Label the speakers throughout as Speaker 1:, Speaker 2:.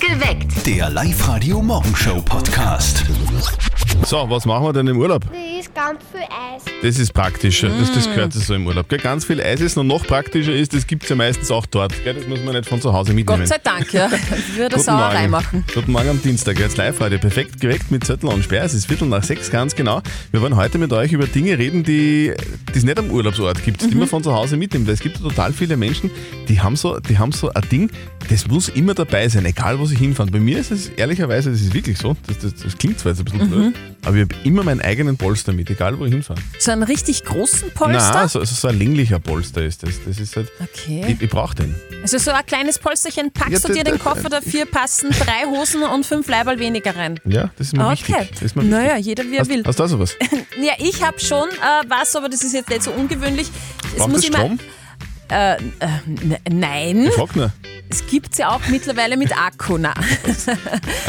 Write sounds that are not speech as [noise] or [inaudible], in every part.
Speaker 1: Geweckt.
Speaker 2: Der Live-Radio Morgenshow Podcast.
Speaker 3: So, was machen wir denn im Urlaub?
Speaker 4: Das ist ganz viel Eis.
Speaker 3: Das ist praktischer, das,
Speaker 5: Mm.
Speaker 3: das gehört so im Urlaub. Gell? Ganz viel Eis ist und noch praktischer ist, das gibt es ja meistens auch dort. Gell? Das muss man nicht von zu Hause mitnehmen.
Speaker 5: Gott sei
Speaker 3: [laughs]
Speaker 5: Dank, ja. Ich würde das auch allein machen.
Speaker 3: Guten Morgen am Dienstag. Jetzt live heute. Perfekt geweckt mit Zettel und Sperr. Es ist Viertel nach sechs, ganz genau. Wir wollen heute mit euch über Dinge reden, die die es nicht am Urlaubsort gibt,
Speaker 5: Mhm.
Speaker 3: die man von zu Hause mitnimmt. Weil es gibt ja total viele Menschen, die haben so, die haben so ein Ding, das muss immer dabei sein, egal wo sie hinfahren. Bei mir ist es ehrlicherweise, das ist wirklich so. Das, das, das klingt zwar jetzt ein
Speaker 5: Mhm.
Speaker 3: bisschen blöd, aber ich habe immer meinen eigenen Polster mit, egal wo ich hinfahre.
Speaker 5: So einen richtig großen Polster?
Speaker 3: Nein, so, so, so ein länglicher Polster ist das. Das ist halt.
Speaker 5: Okay.
Speaker 3: Ich, ich brauche den.
Speaker 5: Also so ein kleines Polsterchen,
Speaker 3: Ja,
Speaker 5: packst
Speaker 3: d-
Speaker 5: du dir
Speaker 3: d-
Speaker 5: den Koffer, da vier passen drei Hosen und fünf Leiberl weniger rein.
Speaker 3: Ja, das ist mir wichtig.
Speaker 5: Ah, Okay.
Speaker 3: Das ist mir
Speaker 5: Naja, jeder wie er
Speaker 3: hast,
Speaker 5: will.
Speaker 3: Hast du da
Speaker 5: [laughs]
Speaker 3: sowas?
Speaker 5: Ja, ich habe schon äh, was, aber das ist jetzt nicht so ungewöhnlich. Es
Speaker 3: Braucht das
Speaker 5: muss immer-
Speaker 3: Strom?
Speaker 5: Äh, äh, n- nein,
Speaker 3: Ich frag nur.
Speaker 5: es gibt es ja auch mittlerweile mit Akku. Na.
Speaker 3: An,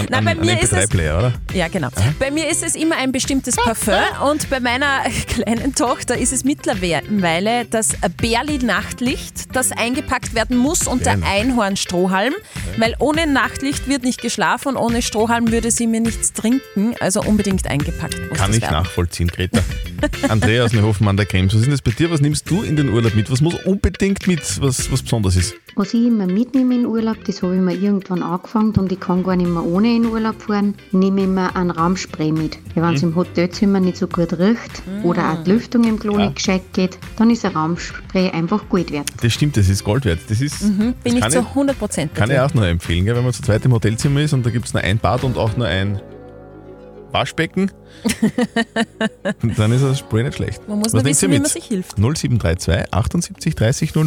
Speaker 5: Nein, bei
Speaker 3: an,
Speaker 5: mir
Speaker 3: an
Speaker 5: ist es-
Speaker 3: MP3-Player, oder?
Speaker 5: Ja, genau. Bei mir ist es immer ein bestimmtes
Speaker 3: [laughs]
Speaker 5: Parfum und bei meiner [laughs] kleinen Tochter ist es mittlerweile das Berli-Nachtlicht, das eingepackt werden muss und der
Speaker 3: Berli.
Speaker 5: Einhornstrohhalm, weil ohne Nachtlicht wird nicht geschlafen und ohne Strohhalm würde sie mir nichts trinken, also unbedingt eingepackt muss
Speaker 3: Kann
Speaker 5: das
Speaker 3: ich
Speaker 5: werden.
Speaker 3: nachvollziehen, Greta.
Speaker 5: [laughs]
Speaker 3: Andreas Neuhoffmann an der Krems, was ist denn das bei dir? Was nimmst du in den Urlaub mit? Was muss unbedingt mit, was, was besonders ist?
Speaker 6: Was ich immer mitnehme in Urlaub, das habe ich mir irgendwann angefangen und ich kann gar nicht mehr ohne in Urlaub fahren, nehme ich mir einen Raumspray mit. Weil wenn es im Hotelzimmer nicht so gut riecht
Speaker 7: Mhm.
Speaker 6: oder auch die Lüftung im Klo nicht gescheit geht, dann ist ein Raumspray einfach gut wert.
Speaker 3: Das stimmt, das ist Gold wert. Das ist,
Speaker 5: Mhm, Bin ich
Speaker 3: das
Speaker 5: zu
Speaker 3: kann,
Speaker 5: 100 Prozent
Speaker 3: ich, kann ich auch nur empfehlen, gell? wenn man zu zweit im Hotelzimmer ist und da gibt es nur ein Bad und auch nur ein
Speaker 5: [laughs]
Speaker 3: Waschbecken. und dann ist das Spray nicht schlecht.
Speaker 5: Man muss
Speaker 3: was
Speaker 5: nur
Speaker 3: nimmst du
Speaker 5: wissen, wie
Speaker 3: mit?
Speaker 5: man sich hilft.
Speaker 3: 0732 78 30 00.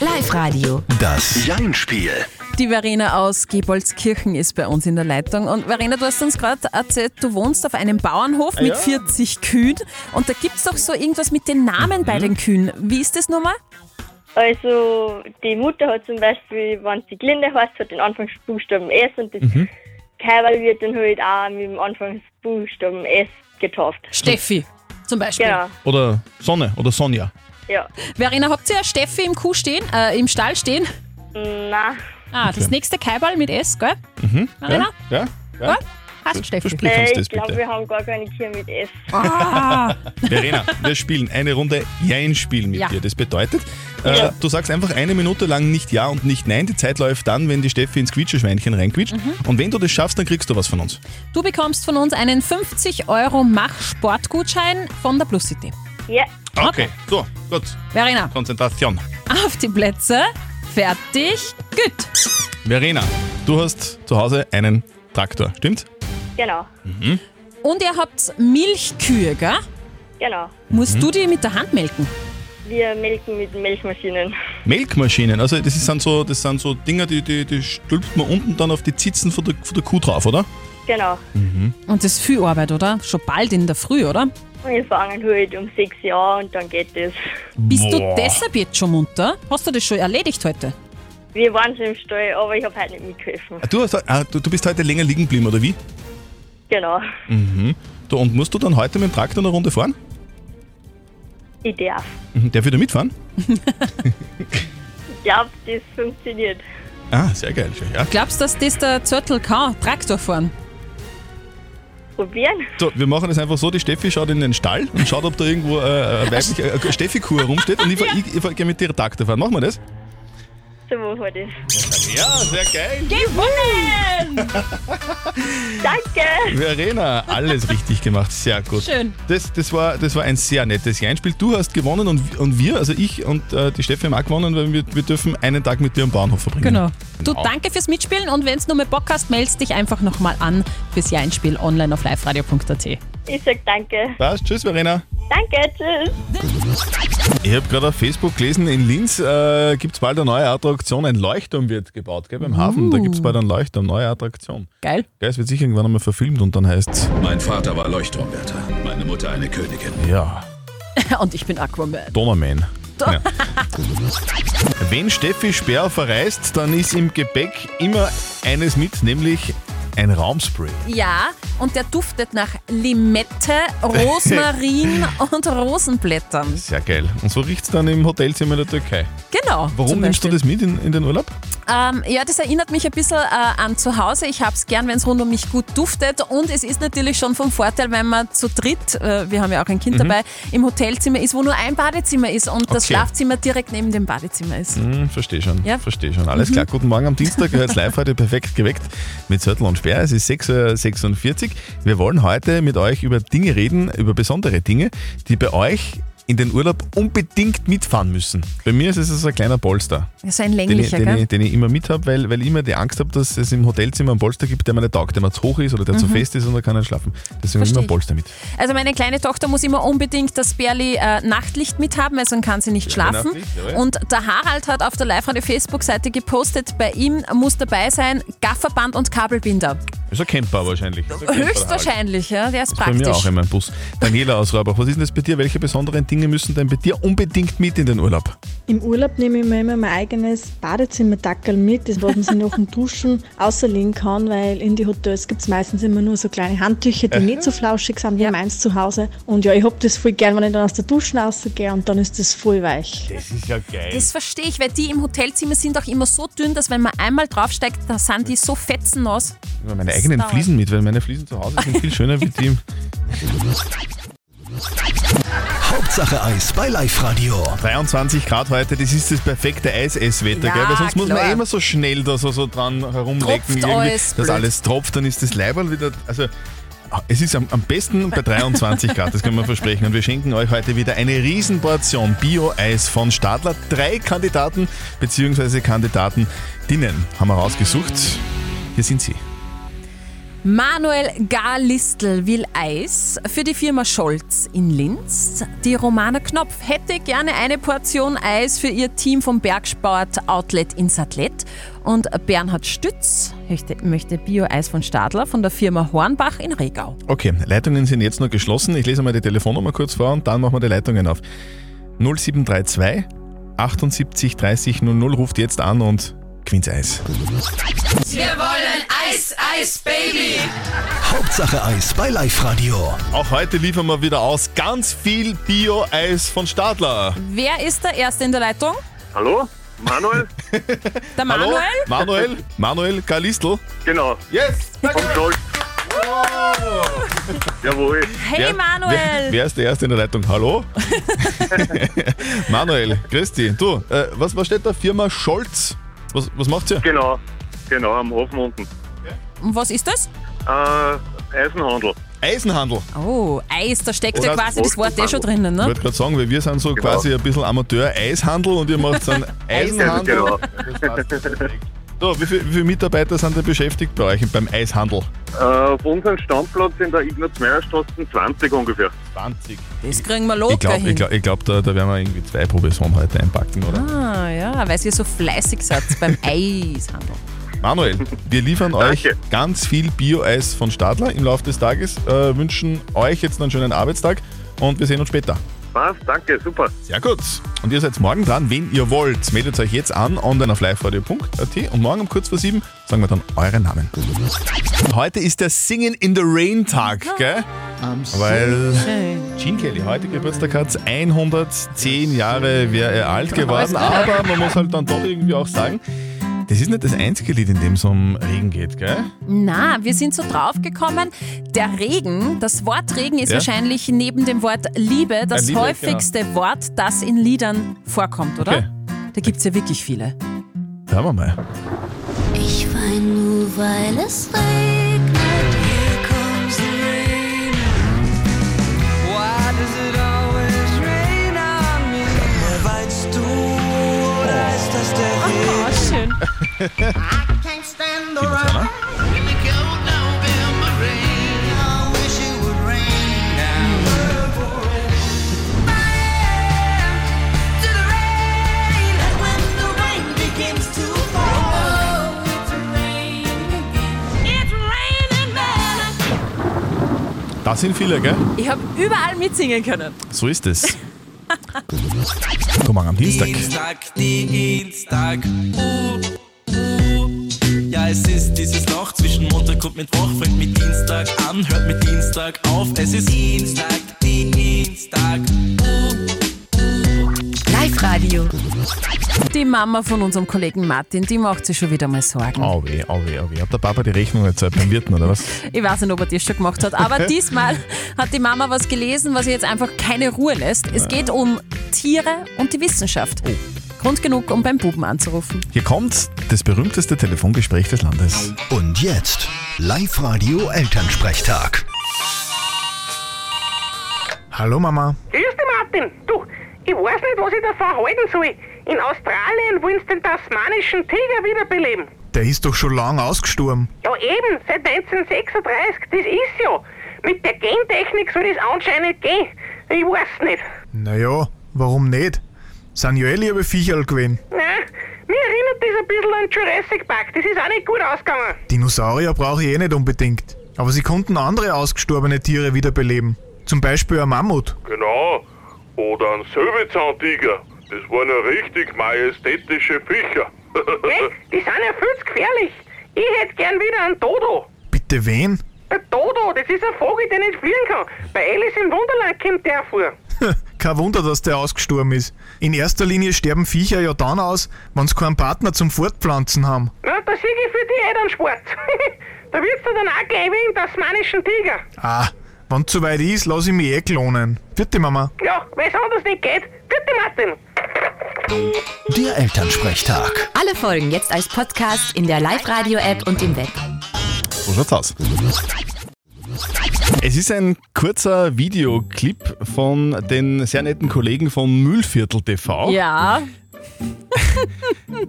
Speaker 5: Live-Radio.
Speaker 2: Das
Speaker 1: Jein-Spiel.
Speaker 5: Die Verena aus Gebolskirchen ist bei uns in der Leitung. Und Verena, du hast uns gerade erzählt, du wohnst auf einem Bauernhof mit
Speaker 3: ja.
Speaker 5: 40 Kühen. Und da gibt es doch so irgendwas mit den Namen bei
Speaker 3: Mhm.
Speaker 5: den Kühen. Wie ist das nun mal?
Speaker 8: Also die Mutter hat zum Beispiel, wenn sie Glinde heißt, hat den Anfangsbuchstaben S und das
Speaker 3: Mhm.
Speaker 8: Kaiwal wird dann halt auch mit dem Anfangsbuchstaben S getauft.
Speaker 5: Steffi zum Beispiel.
Speaker 8: Genau,
Speaker 3: Oder Sonne oder Sonja.
Speaker 8: ja.
Speaker 5: Verena, habt ihr eine Steffi im Kuh stehen, äh, im Stall stehen?
Speaker 8: Na,
Speaker 5: Ah, das nächste Keiball mit S, gell? Verena?
Speaker 3: Mhm. Ja?
Speaker 5: Ja. Hast Steffi.
Speaker 3: Versprich uns
Speaker 8: äh,
Speaker 3: das
Speaker 8: ich glaube,
Speaker 3: bitte.
Speaker 8: wir haben gar keine Tier mit S.
Speaker 5: Ah,
Speaker 3: Verena, wir spielen eine Runde Jein-Spiel mit
Speaker 5: Ja.
Speaker 3: dir. Das bedeutet, äh, du sagst einfach eine Minute lang nicht Ja und nicht Nein. Die Zeit läuft dann, wenn die Steffi ins Quietscheschweinchen reinquietscht. Und wenn du das schaffst, dann kriegst du was von uns.
Speaker 5: du bekommst von uns einen 50 Euro Mach-Sportgutschein von der Plus City.
Speaker 8: Ja,
Speaker 3: Okay. So, gut.
Speaker 5: Verena,
Speaker 3: Konzentration.
Speaker 5: auf die Plätze. Fertig. Gut.
Speaker 3: Verena, du hast zu Hause einen Traktor, stimmt's?
Speaker 8: genau,
Speaker 5: Und ihr habt Milchkühe, gell?
Speaker 8: genau.
Speaker 3: Mhm.
Speaker 5: Musst du die mit der Hand melken?
Speaker 8: Wir melken mit Milchmaschinen. [laughs]
Speaker 3: Melkmaschinen, also das sind so, das sind so Dinger, die, die, die stülpt man unten dann auf die Zitzen von der, von der Kuh drauf, oder?
Speaker 8: Genau.
Speaker 3: Mhm.
Speaker 5: Und das ist viel Arbeit, oder? Schon bald in der Früh, oder?
Speaker 8: Wir fangen halt um sechs Jahre und dann geht das.
Speaker 5: Bist
Speaker 3: Boah.
Speaker 5: du deshalb jetzt schon munter? Hast du das schon erledigt heute?
Speaker 8: Wir waren schon im Stall, aber ich habe heute nicht mitgeholfen.
Speaker 3: Ah, Du, hast, ah, du, du bist heute länger liegen geblieben, oder wie?
Speaker 8: Genau,
Speaker 3: Du, und musst du dann heute mit dem Traktor eine Runde fahren?
Speaker 8: ich darf.
Speaker 3: Mhm, Darf ich da mitfahren?
Speaker 8: Ich glaube, das funktioniert.
Speaker 3: Ah, sehr geil. schön, Ja.
Speaker 5: Glaubst du, dass das der Zörtel kann? Traktor fahren?
Speaker 8: Probieren?
Speaker 3: So, wir machen das einfach so, die Steffi schaut in den Stall und schaut, ob da irgendwo äh, äh, weiblich, äh, eine Steffi-Kuh herumsteht und ich, fahr- ich, ich fahr- geh mit dir Traktor fahren. Machen wir das?
Speaker 8: So machen wir das.
Speaker 3: Ja, sehr geil.
Speaker 5: Gewonnen!
Speaker 8: Danke!
Speaker 3: Verena, alles richtig gemacht. Sehr gut.
Speaker 5: Schön.
Speaker 3: Das, das, war, das war ein sehr nettes Jeinspiel. Du hast gewonnen und, und wir, also ich und äh, die Steffi haben auch gewonnen, weil wir, wir dürfen einen Tag mit dir am Bahnhof verbringen.
Speaker 5: [laughs] Genau. Du,
Speaker 3: Genau.
Speaker 5: danke fürs Mitspielen und wenn es nur mehr Bock hast, meldest dich einfach nochmal an fürs Jahr-Einspiel online auf liveradio.at.
Speaker 8: Ich sag danke.
Speaker 3: Passt. Tschüss, Verena.
Speaker 8: Danke, tschüss.
Speaker 3: Ich habe gerade auf Facebook gelesen, in Linz äh, gibt es bald eine neue Attraktion. Ein Leuchtturm wird gebaut, gell, beim Hafen. Da gibt es bald einen Leuchtturm, neue Attraktion.
Speaker 5: Geil.
Speaker 3: Gell, es wird sicher irgendwann einmal verfilmt und dann heißt
Speaker 2: Mein Vater war Leuchtturmwärter, meine Mutter eine Königin.
Speaker 3: ja,
Speaker 5: [laughs] Und ich bin Aquaman.
Speaker 3: Donnerman. Ja. Wenn Steffi Speer verreist, dann ist im Gepäck immer eines mit, nämlich ein Raumspray.
Speaker 5: Ja, und der duftet nach
Speaker 3: [laughs]
Speaker 5: Limette, Rosmarin und Rosenblättern.
Speaker 3: Sehr geil. Und so riecht es dann im Hotelzimmer in der Türkei.
Speaker 5: Genau.
Speaker 3: Warum
Speaker 5: zum
Speaker 3: nimmst du
Speaker 5: Beispiel.
Speaker 3: das mit in, in den Urlaub?
Speaker 5: Äh, Ähm, ja, das erinnert mich ein bisschen äh, an zu Hause. Ich hab's gern, wenn's rund um mich gut duftet. Und es ist natürlich schon vom Vorteil, wenn man zu dritt, äh, wir haben ja auch ein Kind dabei, im Hotelzimmer ist, wo nur ein Badezimmer ist und
Speaker 3: Mhm.
Speaker 5: das
Speaker 3: Okay.
Speaker 5: Schlafzimmer direkt neben dem Badezimmer ist.
Speaker 3: Hm, verstehe schon.
Speaker 5: Ja. Mhm.
Speaker 3: Verstehe schon. Alles klar. Guten Morgen am Dienstag. Ihr hört live heute perfekt geweckt mit Zettel und Sperr. Es ist 6.46 Uhr. Wir wollen heute mit euch über Dinge reden, über besondere Dinge, die bei euch in den Urlaub unbedingt mitfahren müssen. Bei mir ist es so ein kleiner Polster,
Speaker 5: Das ist
Speaker 3: den
Speaker 5: ein
Speaker 3: ich,
Speaker 5: länglicher,
Speaker 3: den,
Speaker 5: gell?
Speaker 3: ich, den ich immer mit habe, weil, weil ich immer die Angst habe, dass es im Hotelzimmer einen Polster gibt, der mir nicht taugt, der mir zu hoch ist oder der zu fest ist und da kann er nicht schlafen. Deswegen habe ich
Speaker 5: Mhm. Verstehe
Speaker 3: immer einen
Speaker 5: ich.
Speaker 3: Polster mit.
Speaker 5: Also meine kleine Tochter muss immer unbedingt das Berli äh, Nachtlicht mithaben, weil sonst kann sie nicht schlafen.
Speaker 3: Nachtlicht, jawohl.
Speaker 5: Und der Harald hat auf der Live-Radio Facebook-Seite gepostet, bei ihm muss dabei sein Gafferband und Kabelbinder.
Speaker 3: Ist ein Camper wahrscheinlich. Ist ein Camper, der Harald.
Speaker 5: Höchstwahrscheinlich, ja, der ist
Speaker 3: Bei
Speaker 5: praktisch.
Speaker 3: mir auch immer im Bus. Daniela aus Rohrbach, was ist denn das bei dir? Welche besonderen Dinge müssen denn bei dir unbedingt mit in den Urlaub?
Speaker 1: Im Urlaub nehme ich mir immer mein eigenes Badezimmerdackel mit, das was man sich nach dem Duschen außerlegen kann, weil in die Hotels gibt es meistens immer nur so kleine Handtücher, die nicht so flauschig sind wie meins zu Hause. Und ja, ich hab das voll gern, wenn ich dann aus der Dusche rausgehe und dann ist das voll weich.
Speaker 3: Das ist ja geil.
Speaker 5: Das verstehe ich, weil die im Hotelzimmer sind auch immer so dünn, dass wenn man einmal draufsteigt, da sind die so fetzennass.
Speaker 3: Ich nehme meine eigenen
Speaker 5: Das dauert.
Speaker 3: Fliesen mit, weil meine Fliesen zu Hause sind viel schöner wie die. im-
Speaker 2: Hauptsache Eis bei Live-Radio.
Speaker 3: 23 Grad heute, das ist das perfekte Eis-Esswetter,
Speaker 5: Ja,
Speaker 3: gell? Weil sonst muss man eh
Speaker 5: klar.
Speaker 3: immer so schnell da so, so dran herumlecken,
Speaker 5: Tropft
Speaker 3: irgendwie,
Speaker 5: alles,
Speaker 3: dass
Speaker 5: blöd.
Speaker 3: alles tropft, dann ist das Leiberl wieder. Also, es ist am, am besten bei 23 Grad, das können wir versprechen. Und wir schenken euch heute wieder eine Riesenportion Bio-Eis von Stadler. Drei Kandidaten bzw. Kandidatinnen haben wir rausgesucht. Hier sind sie.
Speaker 5: Manuel Garlistel will Eis für die Firma Scholz in Linz. Die Romana Knopf hätte gerne eine Portion Eis für ihr Team vom Bergsport Outlet in Satlet. Und Bernhard Stütz möchte, möchte Bio-Eis von Stadler von der Firma Hornbach in Regau.
Speaker 3: Okay, Leitungen sind jetzt noch geschlossen. Ich lese mal die Telefonnummer kurz vor und dann machen wir die Leitungen auf. 0732 78 30 00 ruft jetzt an und gewinnt Eis.
Speaker 2: Hauptsache Eis bei Live-Radio.
Speaker 3: Auch heute liefern wir wieder aus ganz viel Bio-Eis von Stadler.
Speaker 5: Wer ist der Erste in der Leitung?
Speaker 4: Hallo? Manuel?
Speaker 5: Der Manuel?
Speaker 3: Hallo? Manuel? Manuel Kalistl?
Speaker 4: [laughs] Genau.
Speaker 3: Yes!
Speaker 4: Vom Scholz. Jawohl.
Speaker 5: [laughs] Hey Manuel!
Speaker 3: Wer, wer ist der Erste in der Leitung?
Speaker 5: [laughs]
Speaker 3: Hallo? Manuel, Christi, du, äh, was, was steht da? Firma Scholz? Was, was macht ihr?
Speaker 4: Genau. Genau, am Hofen unten.
Speaker 5: Und was ist das?
Speaker 4: Äh, Eisenhandel.
Speaker 3: Eisenhandel.
Speaker 5: Oh, Eis, da steckt ja
Speaker 3: Oder
Speaker 5: quasi das Wort eh schon drinnen,
Speaker 3: Ich
Speaker 5: ne?
Speaker 3: wollte gerade sagen, weil wir sind so
Speaker 4: Genau.
Speaker 3: quasi ein bisschen Amateur-Eishandel und ihr macht
Speaker 4: [laughs]
Speaker 3: dann Eisenhandel.
Speaker 4: Genau.
Speaker 3: Das passt perfekt. So, wie, viel, wie viele Mitarbeiter sind denn beschäftigt bei euch beim Eishandel?
Speaker 4: Äh, auf unserem Standplatz in der Ignaz-Meyer-Straße 20 ungefähr.
Speaker 3: 20.
Speaker 5: Das kriegen wir locker
Speaker 3: Ich glaube,
Speaker 5: hin.
Speaker 3: ich glaub, ich glaub, da, da werden wir irgendwie zwei pro Person heute einpacken, oder?
Speaker 5: Ah, ja, weil ihr so
Speaker 3: [laughs]
Speaker 5: fleißig seid beim Eishandel.
Speaker 3: Manuel, wir
Speaker 4: [laughs]
Speaker 3: liefern euch
Speaker 4: Danke.
Speaker 3: ganz viel Bio-Eis von Stadler im Laufe des Tages, äh, wünschen euch jetzt einen schönen Arbeitstag und wir sehen uns später.
Speaker 4: Passt, danke, super.
Speaker 3: Sehr gut. Und ihr seid morgen dran, wenn ihr wollt. Meldet euch jetzt an online auf liveradio.at und morgen um kurz vor sieben sagen wir dann euren Namen. Heute ist der Singing in the Rain Tag, gell? Weil Gene Kelly heute Geburtstag hat, 110 Jahre wäre er alt geworden, aber man muss halt dann doch irgendwie auch sagen, das ist nicht das einzige Lied, in dem es um Regen geht, gell?
Speaker 5: Na, wir sind so draufgekommen, der Regen, das Wort Regen ist
Speaker 3: Ja. Äh,
Speaker 5: wahrscheinlich neben dem Wort Liebe das
Speaker 3: Liebe, genau.
Speaker 5: häufigste Wort, das in Liedern vorkommt, oder?
Speaker 3: Okay.
Speaker 5: Da gibt es ja wirklich viele.
Speaker 3: Hören wir mal.
Speaker 9: Ich wein nur, weil es regnet. Here comes the rain. Why does it always rain on me? Weinst du oder ist das der
Speaker 5: Oh
Speaker 9: Regen?
Speaker 5: schön.
Speaker 3: Tino Turner. Das sind viele, gell?
Speaker 5: Ich habe überall mitsingen können.
Speaker 3: So ist es. Komm mal am Dienstag.
Speaker 10: Dienstag, Dienstag, uh, uh. Ja, es ist dieses Loch zwischen Montag und Mittwoch. Fängt mit Dienstag an, hört mit Dienstag auf. Es ist Dienstag, Dienstag, uh, uh.
Speaker 9: Live Live-Radio.
Speaker 5: Die Mama von unserem Kollegen Martin, die macht sich schon wieder mal Sorgen.
Speaker 3: Au weh, au weh, au weh. Hat der Papa die Rechnung jetzt halt beim Wirten, oder was?
Speaker 5: Ich weiß nicht, ob er das schon gemacht
Speaker 3: [laughs]
Speaker 5: hat, aber diesmal hat die Mama was gelesen, was ihr jetzt einfach keine Ruhe lässt.
Speaker 3: Ah.
Speaker 5: Es geht um Tiere und die Wissenschaft.
Speaker 3: Oh.
Speaker 5: Grund genug, um beim Buben anzurufen.
Speaker 3: Hier kommt das berühmteste Telefongespräch des Landes.
Speaker 2: Und jetzt Live-Radio Elternsprechtag.
Speaker 3: Hallo Mama.
Speaker 11: Grüß dich, Martin. Du, ich weiß nicht, was ich davon halten soll. In Australien wollen sie den tasmanischen Tiger wiederbeleben.
Speaker 3: Der ist doch schon lang ausgestorben.
Speaker 11: Ja eben, seit 1936, das ist ja. Mit der Gentechnik soll das anscheinend gehen. Ich weiß nicht.
Speaker 12: Naja, warum nicht? Sind ja eh liebe Viecherl gewesen.
Speaker 11: Nein, mir ne? erinnert das ein bisschen an Jurassic Park. Das ist auch nicht gut ausgegangen.
Speaker 12: Dinosaurier brauche ich eh nicht unbedingt. Aber sie konnten andere ausgestorbene Tiere wiederbeleben. Zum Beispiel ein Mammut.
Speaker 13: Genau. Oder ein Säbelzahntiger. Das waren ja richtig majestätische Viecher. [laughs]
Speaker 11: Ne? Die sind ja viel zu gefährlich. Ich hätte gern wieder einen Dodo.
Speaker 12: Bitte wen?
Speaker 11: Der Äh, Dodo, das ist ein Vogel, der nicht fliegen kann. Bei Alice im Wunderland kommt der vor.
Speaker 12: [laughs] Kein Wunder, dass der ausgestorben ist. In erster Linie sterben Viecher ja dann aus, wenn sie keinen Partner zum Fortpflanzen haben.
Speaker 11: Na, da sehe ich für die eh dann Sport. [laughs] da wird's dir dann auch gleich wie im tasmanischen Tiger.
Speaker 12: Ah, wenn zu weit ist, lass ich mich eh klonen. Vierte Mama.
Speaker 11: Ja, weil es anders nicht geht. Bitte, Martin.
Speaker 2: Der Elternsprechtag.
Speaker 14: Alle Folgen jetzt als Podcast in der Live-Radio-App und im Web.
Speaker 3: So schaut's aus. Es ist ein kurzer Videoclip von den sehr netten Kollegen von Müllviertel
Speaker 14: Oh.
Speaker 3: TV.
Speaker 5: Ja,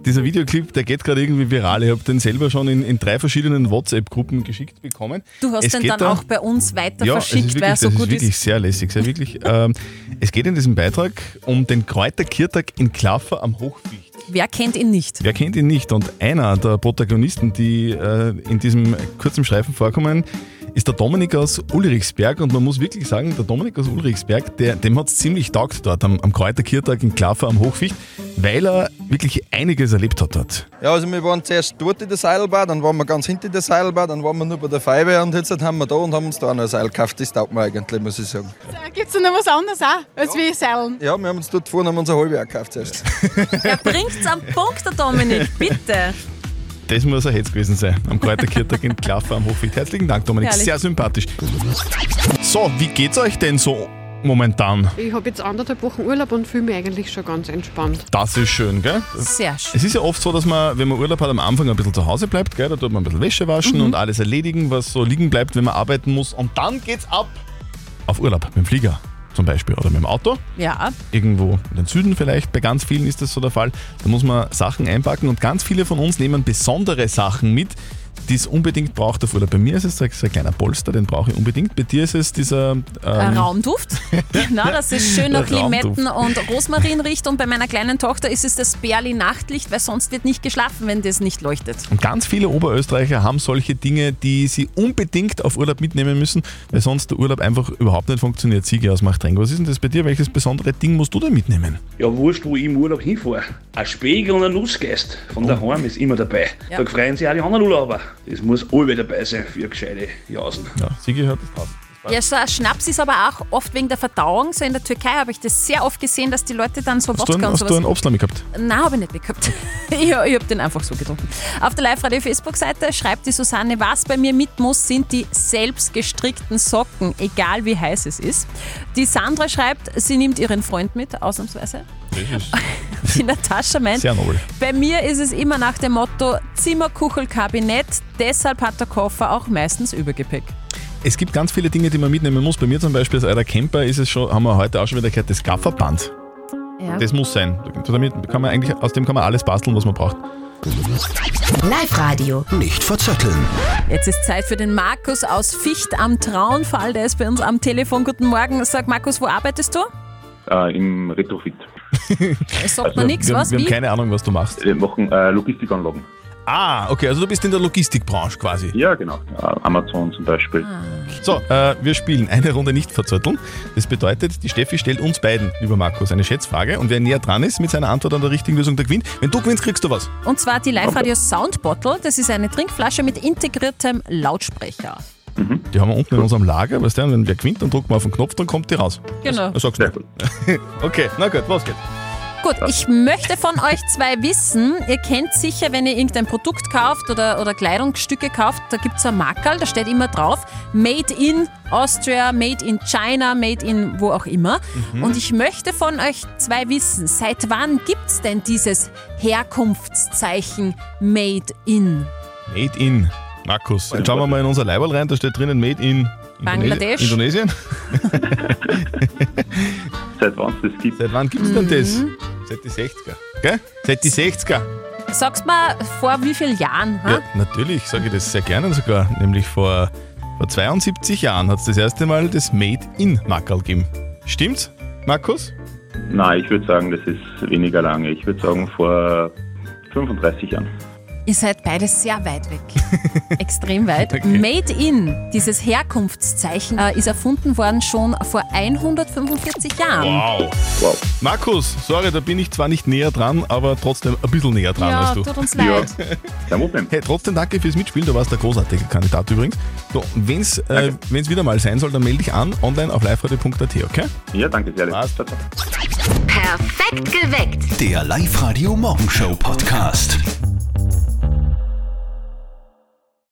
Speaker 3: Dieser Videoclip, der geht gerade irgendwie viral. Ich habe den selber schon in, in drei verschiedenen WhatsApp-Gruppen geschickt bekommen.
Speaker 5: du hast
Speaker 3: Es
Speaker 5: den
Speaker 3: geht
Speaker 5: dann
Speaker 3: da-
Speaker 5: auch bei uns weiter
Speaker 3: ja, es ist
Speaker 5: verschickt,
Speaker 3: wirklich,
Speaker 5: weil er so
Speaker 3: das
Speaker 5: gut
Speaker 3: ist wirklich
Speaker 5: ist.
Speaker 3: sehr lässig, sehr wirklich. ähm, es geht in diesem Beitrag um den Kräuterkirtag in Klaffer am Hochficht.
Speaker 5: Wer kennt ihn nicht?
Speaker 3: [laughs] Wer kennt ihn nicht? Und einer der Protagonisten, die äh, in diesem kurzen Streifen vorkommen, ist der Dominik aus Ulrichsberg. Und man muss wirklich sagen, der Dominik aus Ulrichsberg, der, dem hat es ziemlich taugt dort am, am Kräuterkirtag in Klaffer am Hochficht, weil er wirklich einiges erlebt hat dort.
Speaker 15: Ja, also wir waren zuerst dort in der Seilbahn, dann waren wir ganz hinter der Seilbahn, dann waren wir nur bei der Feibe und jetzt haben wir da und haben uns da auch noch ein Seil gekauft. Das taugt mir eigentlich, muss ich sagen.
Speaker 7: Gibt es da noch was anderes auch, als wie Seilen?
Speaker 15: Ja, wir haben uns dort vorne haben wir unser halbe auch gekauft zuerst.
Speaker 5: Er bringt's am Punkt, der Dominik, bitte.
Speaker 3: Das muss er jetzt gewesen sein, am Kräuterkirtag in Klaffer am Hochficht. Herzlichen Dank, Dominik.
Speaker 7: Herrlich.
Speaker 3: Sehr sympathisch. So, wie geht's euch denn so momentan?
Speaker 7: Ich habe jetzt anderthalb Wochen Urlaub und fühle mich eigentlich schon ganz entspannt.
Speaker 3: Das ist schön, gell?
Speaker 5: Sehr schön.
Speaker 3: Es ist ja oft so, dass man, wenn man Urlaub hat, am Anfang ein bisschen zu Hause bleibt, gell? Da tut man ein bisschen Wäsche waschen und alles erledigen, was so liegen bleibt, wenn man arbeiten muss. Und dann geht's ab auf Urlaub, mit dem Flieger zum Beispiel oder mit dem Auto.
Speaker 5: Ja,
Speaker 3: Irgendwo in den Süden vielleicht, bei ganz vielen ist das so der Fall. Da muss man Sachen einpacken und ganz viele von uns nehmen besondere Sachen mit, die es unbedingt braucht auf Urlaub. Bei mir ist es so ein so ein kleiner Polster, den brauche ich unbedingt. Bei dir ist es dieser... Ähm,
Speaker 5: ein
Speaker 3: [laughs]
Speaker 5: Äh, Raumduft. Genau, das ist schön nach
Speaker 3: Raumduft.
Speaker 5: Limetten und Rosmarin riecht. Und bei meiner kleinen Tochter ist es das Berlin-Nachtlicht, weil sonst wird nicht geschlafen, wenn das nicht leuchtet.
Speaker 3: Und ähm, ganz viele Oberösterreicher haben solche Dinge, die sie unbedingt auf Urlaub mitnehmen müssen, weil sonst der Urlaub einfach überhaupt nicht funktioniert. Siege aus macht Was ist denn das bei dir? Welches besondere Ding musst du denn mitnehmen?
Speaker 16: Ja, wurscht, wo ich im Urlaub hinfahre. Ein Spiegel und ein Nussgeist
Speaker 15: Oh.
Speaker 16: von daheim ist immer dabei.
Speaker 5: Ja.
Speaker 16: Da freuen sich auch die anderen Urlauber. Das muss allweil dabei sein für gescheite Jausen.
Speaker 3: Ja, Siege hört das drauf.
Speaker 5: Ja, so ein Schnaps ist aber auch oft wegen der Verdauung. So in der Türkei habe ich das sehr oft gesehen, dass die Leute dann so
Speaker 3: Hast du einen,
Speaker 5: Wodka und
Speaker 3: hast du einen
Speaker 5: sowas.
Speaker 3: Obstler gehabt?
Speaker 5: Nein, habe ich nicht gehabt. [laughs] ich hab- ich habe den einfach so getrunken. Auf der Live-Radio-Facebook-Seite schreibt die Susanne, was bei mir mit muss, sind die selbstgestrickten Socken, egal wie heiß es ist. Die Sandra schreibt, sie nimmt ihren Freund mit, ausnahmsweise. Die
Speaker 3: [laughs]
Speaker 5: Natascha meint,
Speaker 3: Sehr nobel.
Speaker 5: bei mir ist es immer nach dem Motto Zimmerkuchelkabinett, deshalb hat der Koffer auch meistens Übergepäck.
Speaker 3: Es gibt ganz viele Dinge, die man mitnehmen muss. Bei mir zum Beispiel als alter Camper ist es schon, haben wir heute auch schon wieder gehört, das Gafferband.
Speaker 5: Ja.
Speaker 3: Das muss sein. Damit kann man eigentlich, aus dem kann man alles basteln, was man braucht.
Speaker 14: Live-Radio.
Speaker 2: Nicht verzetteln.
Speaker 5: Jetzt ist Zeit für den Markus aus Ficht am Traunfall. Der ist bei uns am Telefon. Guten Morgen. Sag Markus, wo arbeitest du?
Speaker 17: äh, im Retrofit.
Speaker 5: Es sagt mir nichts,
Speaker 3: Also wir,
Speaker 5: was?
Speaker 3: wir haben
Speaker 5: Wie?
Speaker 3: keine Ahnung, was du machst.
Speaker 17: Wir machen äh, Logistikanlagen.
Speaker 3: Ah, okay, also du bist in der Logistikbranche quasi.
Speaker 17: Ja, genau. Äh, Amazon zum Beispiel.
Speaker 3: So, äh, wir spielen eine Runde nicht verzötteln. Das bedeutet, die Steffi stellt uns beiden, lieber Markus, eine Schätzfrage und wer näher dran ist mit seiner Antwort an der richtigen Lösung, der gewinnt. Wenn du gewinnst, kriegst du was.
Speaker 5: Und zwar die Live-Radio Sound Bottle. Das ist eine Trinkflasche mit integriertem Lautsprecher.
Speaker 3: Die haben wir unten in unserem Lager, weißt du, und Also, wenn wer gewinnt, dann drückt man auf den Knopf, dann kommt die raus. [laughs]
Speaker 5: Genau.
Speaker 3: Das sagst du. Okay, na gut, was geht?
Speaker 5: Gut, ich möchte von euch zwei wissen, ihr kennt sicher, wenn ihr irgendein Produkt kauft oder, oder Kleidungsstücke kauft, da gibt es so ein Makerl, da steht immer drauf, made in Austria, made in China, made in wo auch immer.
Speaker 9: Mhm.
Speaker 5: Und ich möchte von euch zwei wissen, seit wann gibt es denn dieses Herkunftszeichen made in?
Speaker 3: Made in. Markus, jetzt schauen wir mal in unser Leiberl rein, da steht drinnen Made in Indonesi-
Speaker 5: Bangladesch.
Speaker 3: Indonesien.
Speaker 17: Seit wann es das gibt?
Speaker 3: Seit wann gibt es denn das?
Speaker 5: Mhm.
Speaker 3: Seit die 60er. Gell? Seit die 60er.
Speaker 5: Sag's mal, vor wie vielen Jahren? Ha?
Speaker 3: Ja, natürlich sage ich das sehr gerne sogar. Nämlich vor, vor 72 Jahren hat es das erste Mal das Made in Mackerl gegeben. Stimmt's, Markus?
Speaker 17: Nein, ich würde sagen, das ist weniger lange. Ich würde sagen, vor 35 Jahren.
Speaker 5: Ihr seid beide sehr weit weg.
Speaker 3: [laughs]
Speaker 5: Extrem weit. Made in, dieses Herkunftszeichen, äh, ist erfunden worden schon vor 145 Jahren.
Speaker 3: Wow. wow. Markus, sorry, da bin ich zwar nicht näher dran, aber trotzdem ein bisschen näher dran
Speaker 5: Ja,
Speaker 3: als du.
Speaker 5: tut uns leid.
Speaker 3: Kein Problem. Hey, trotzdem danke fürs Mitspielen, du warst der großartige Kandidat übrigens. So, wenn es äh, wenn's wieder mal sein soll, dann melde dich an, online auf liveradio.at, okay?
Speaker 17: Ja, danke sehr.
Speaker 3: Passt.
Speaker 14: Perfekt geweckt.
Speaker 2: Der Live-Radio Morgenshow Podcast.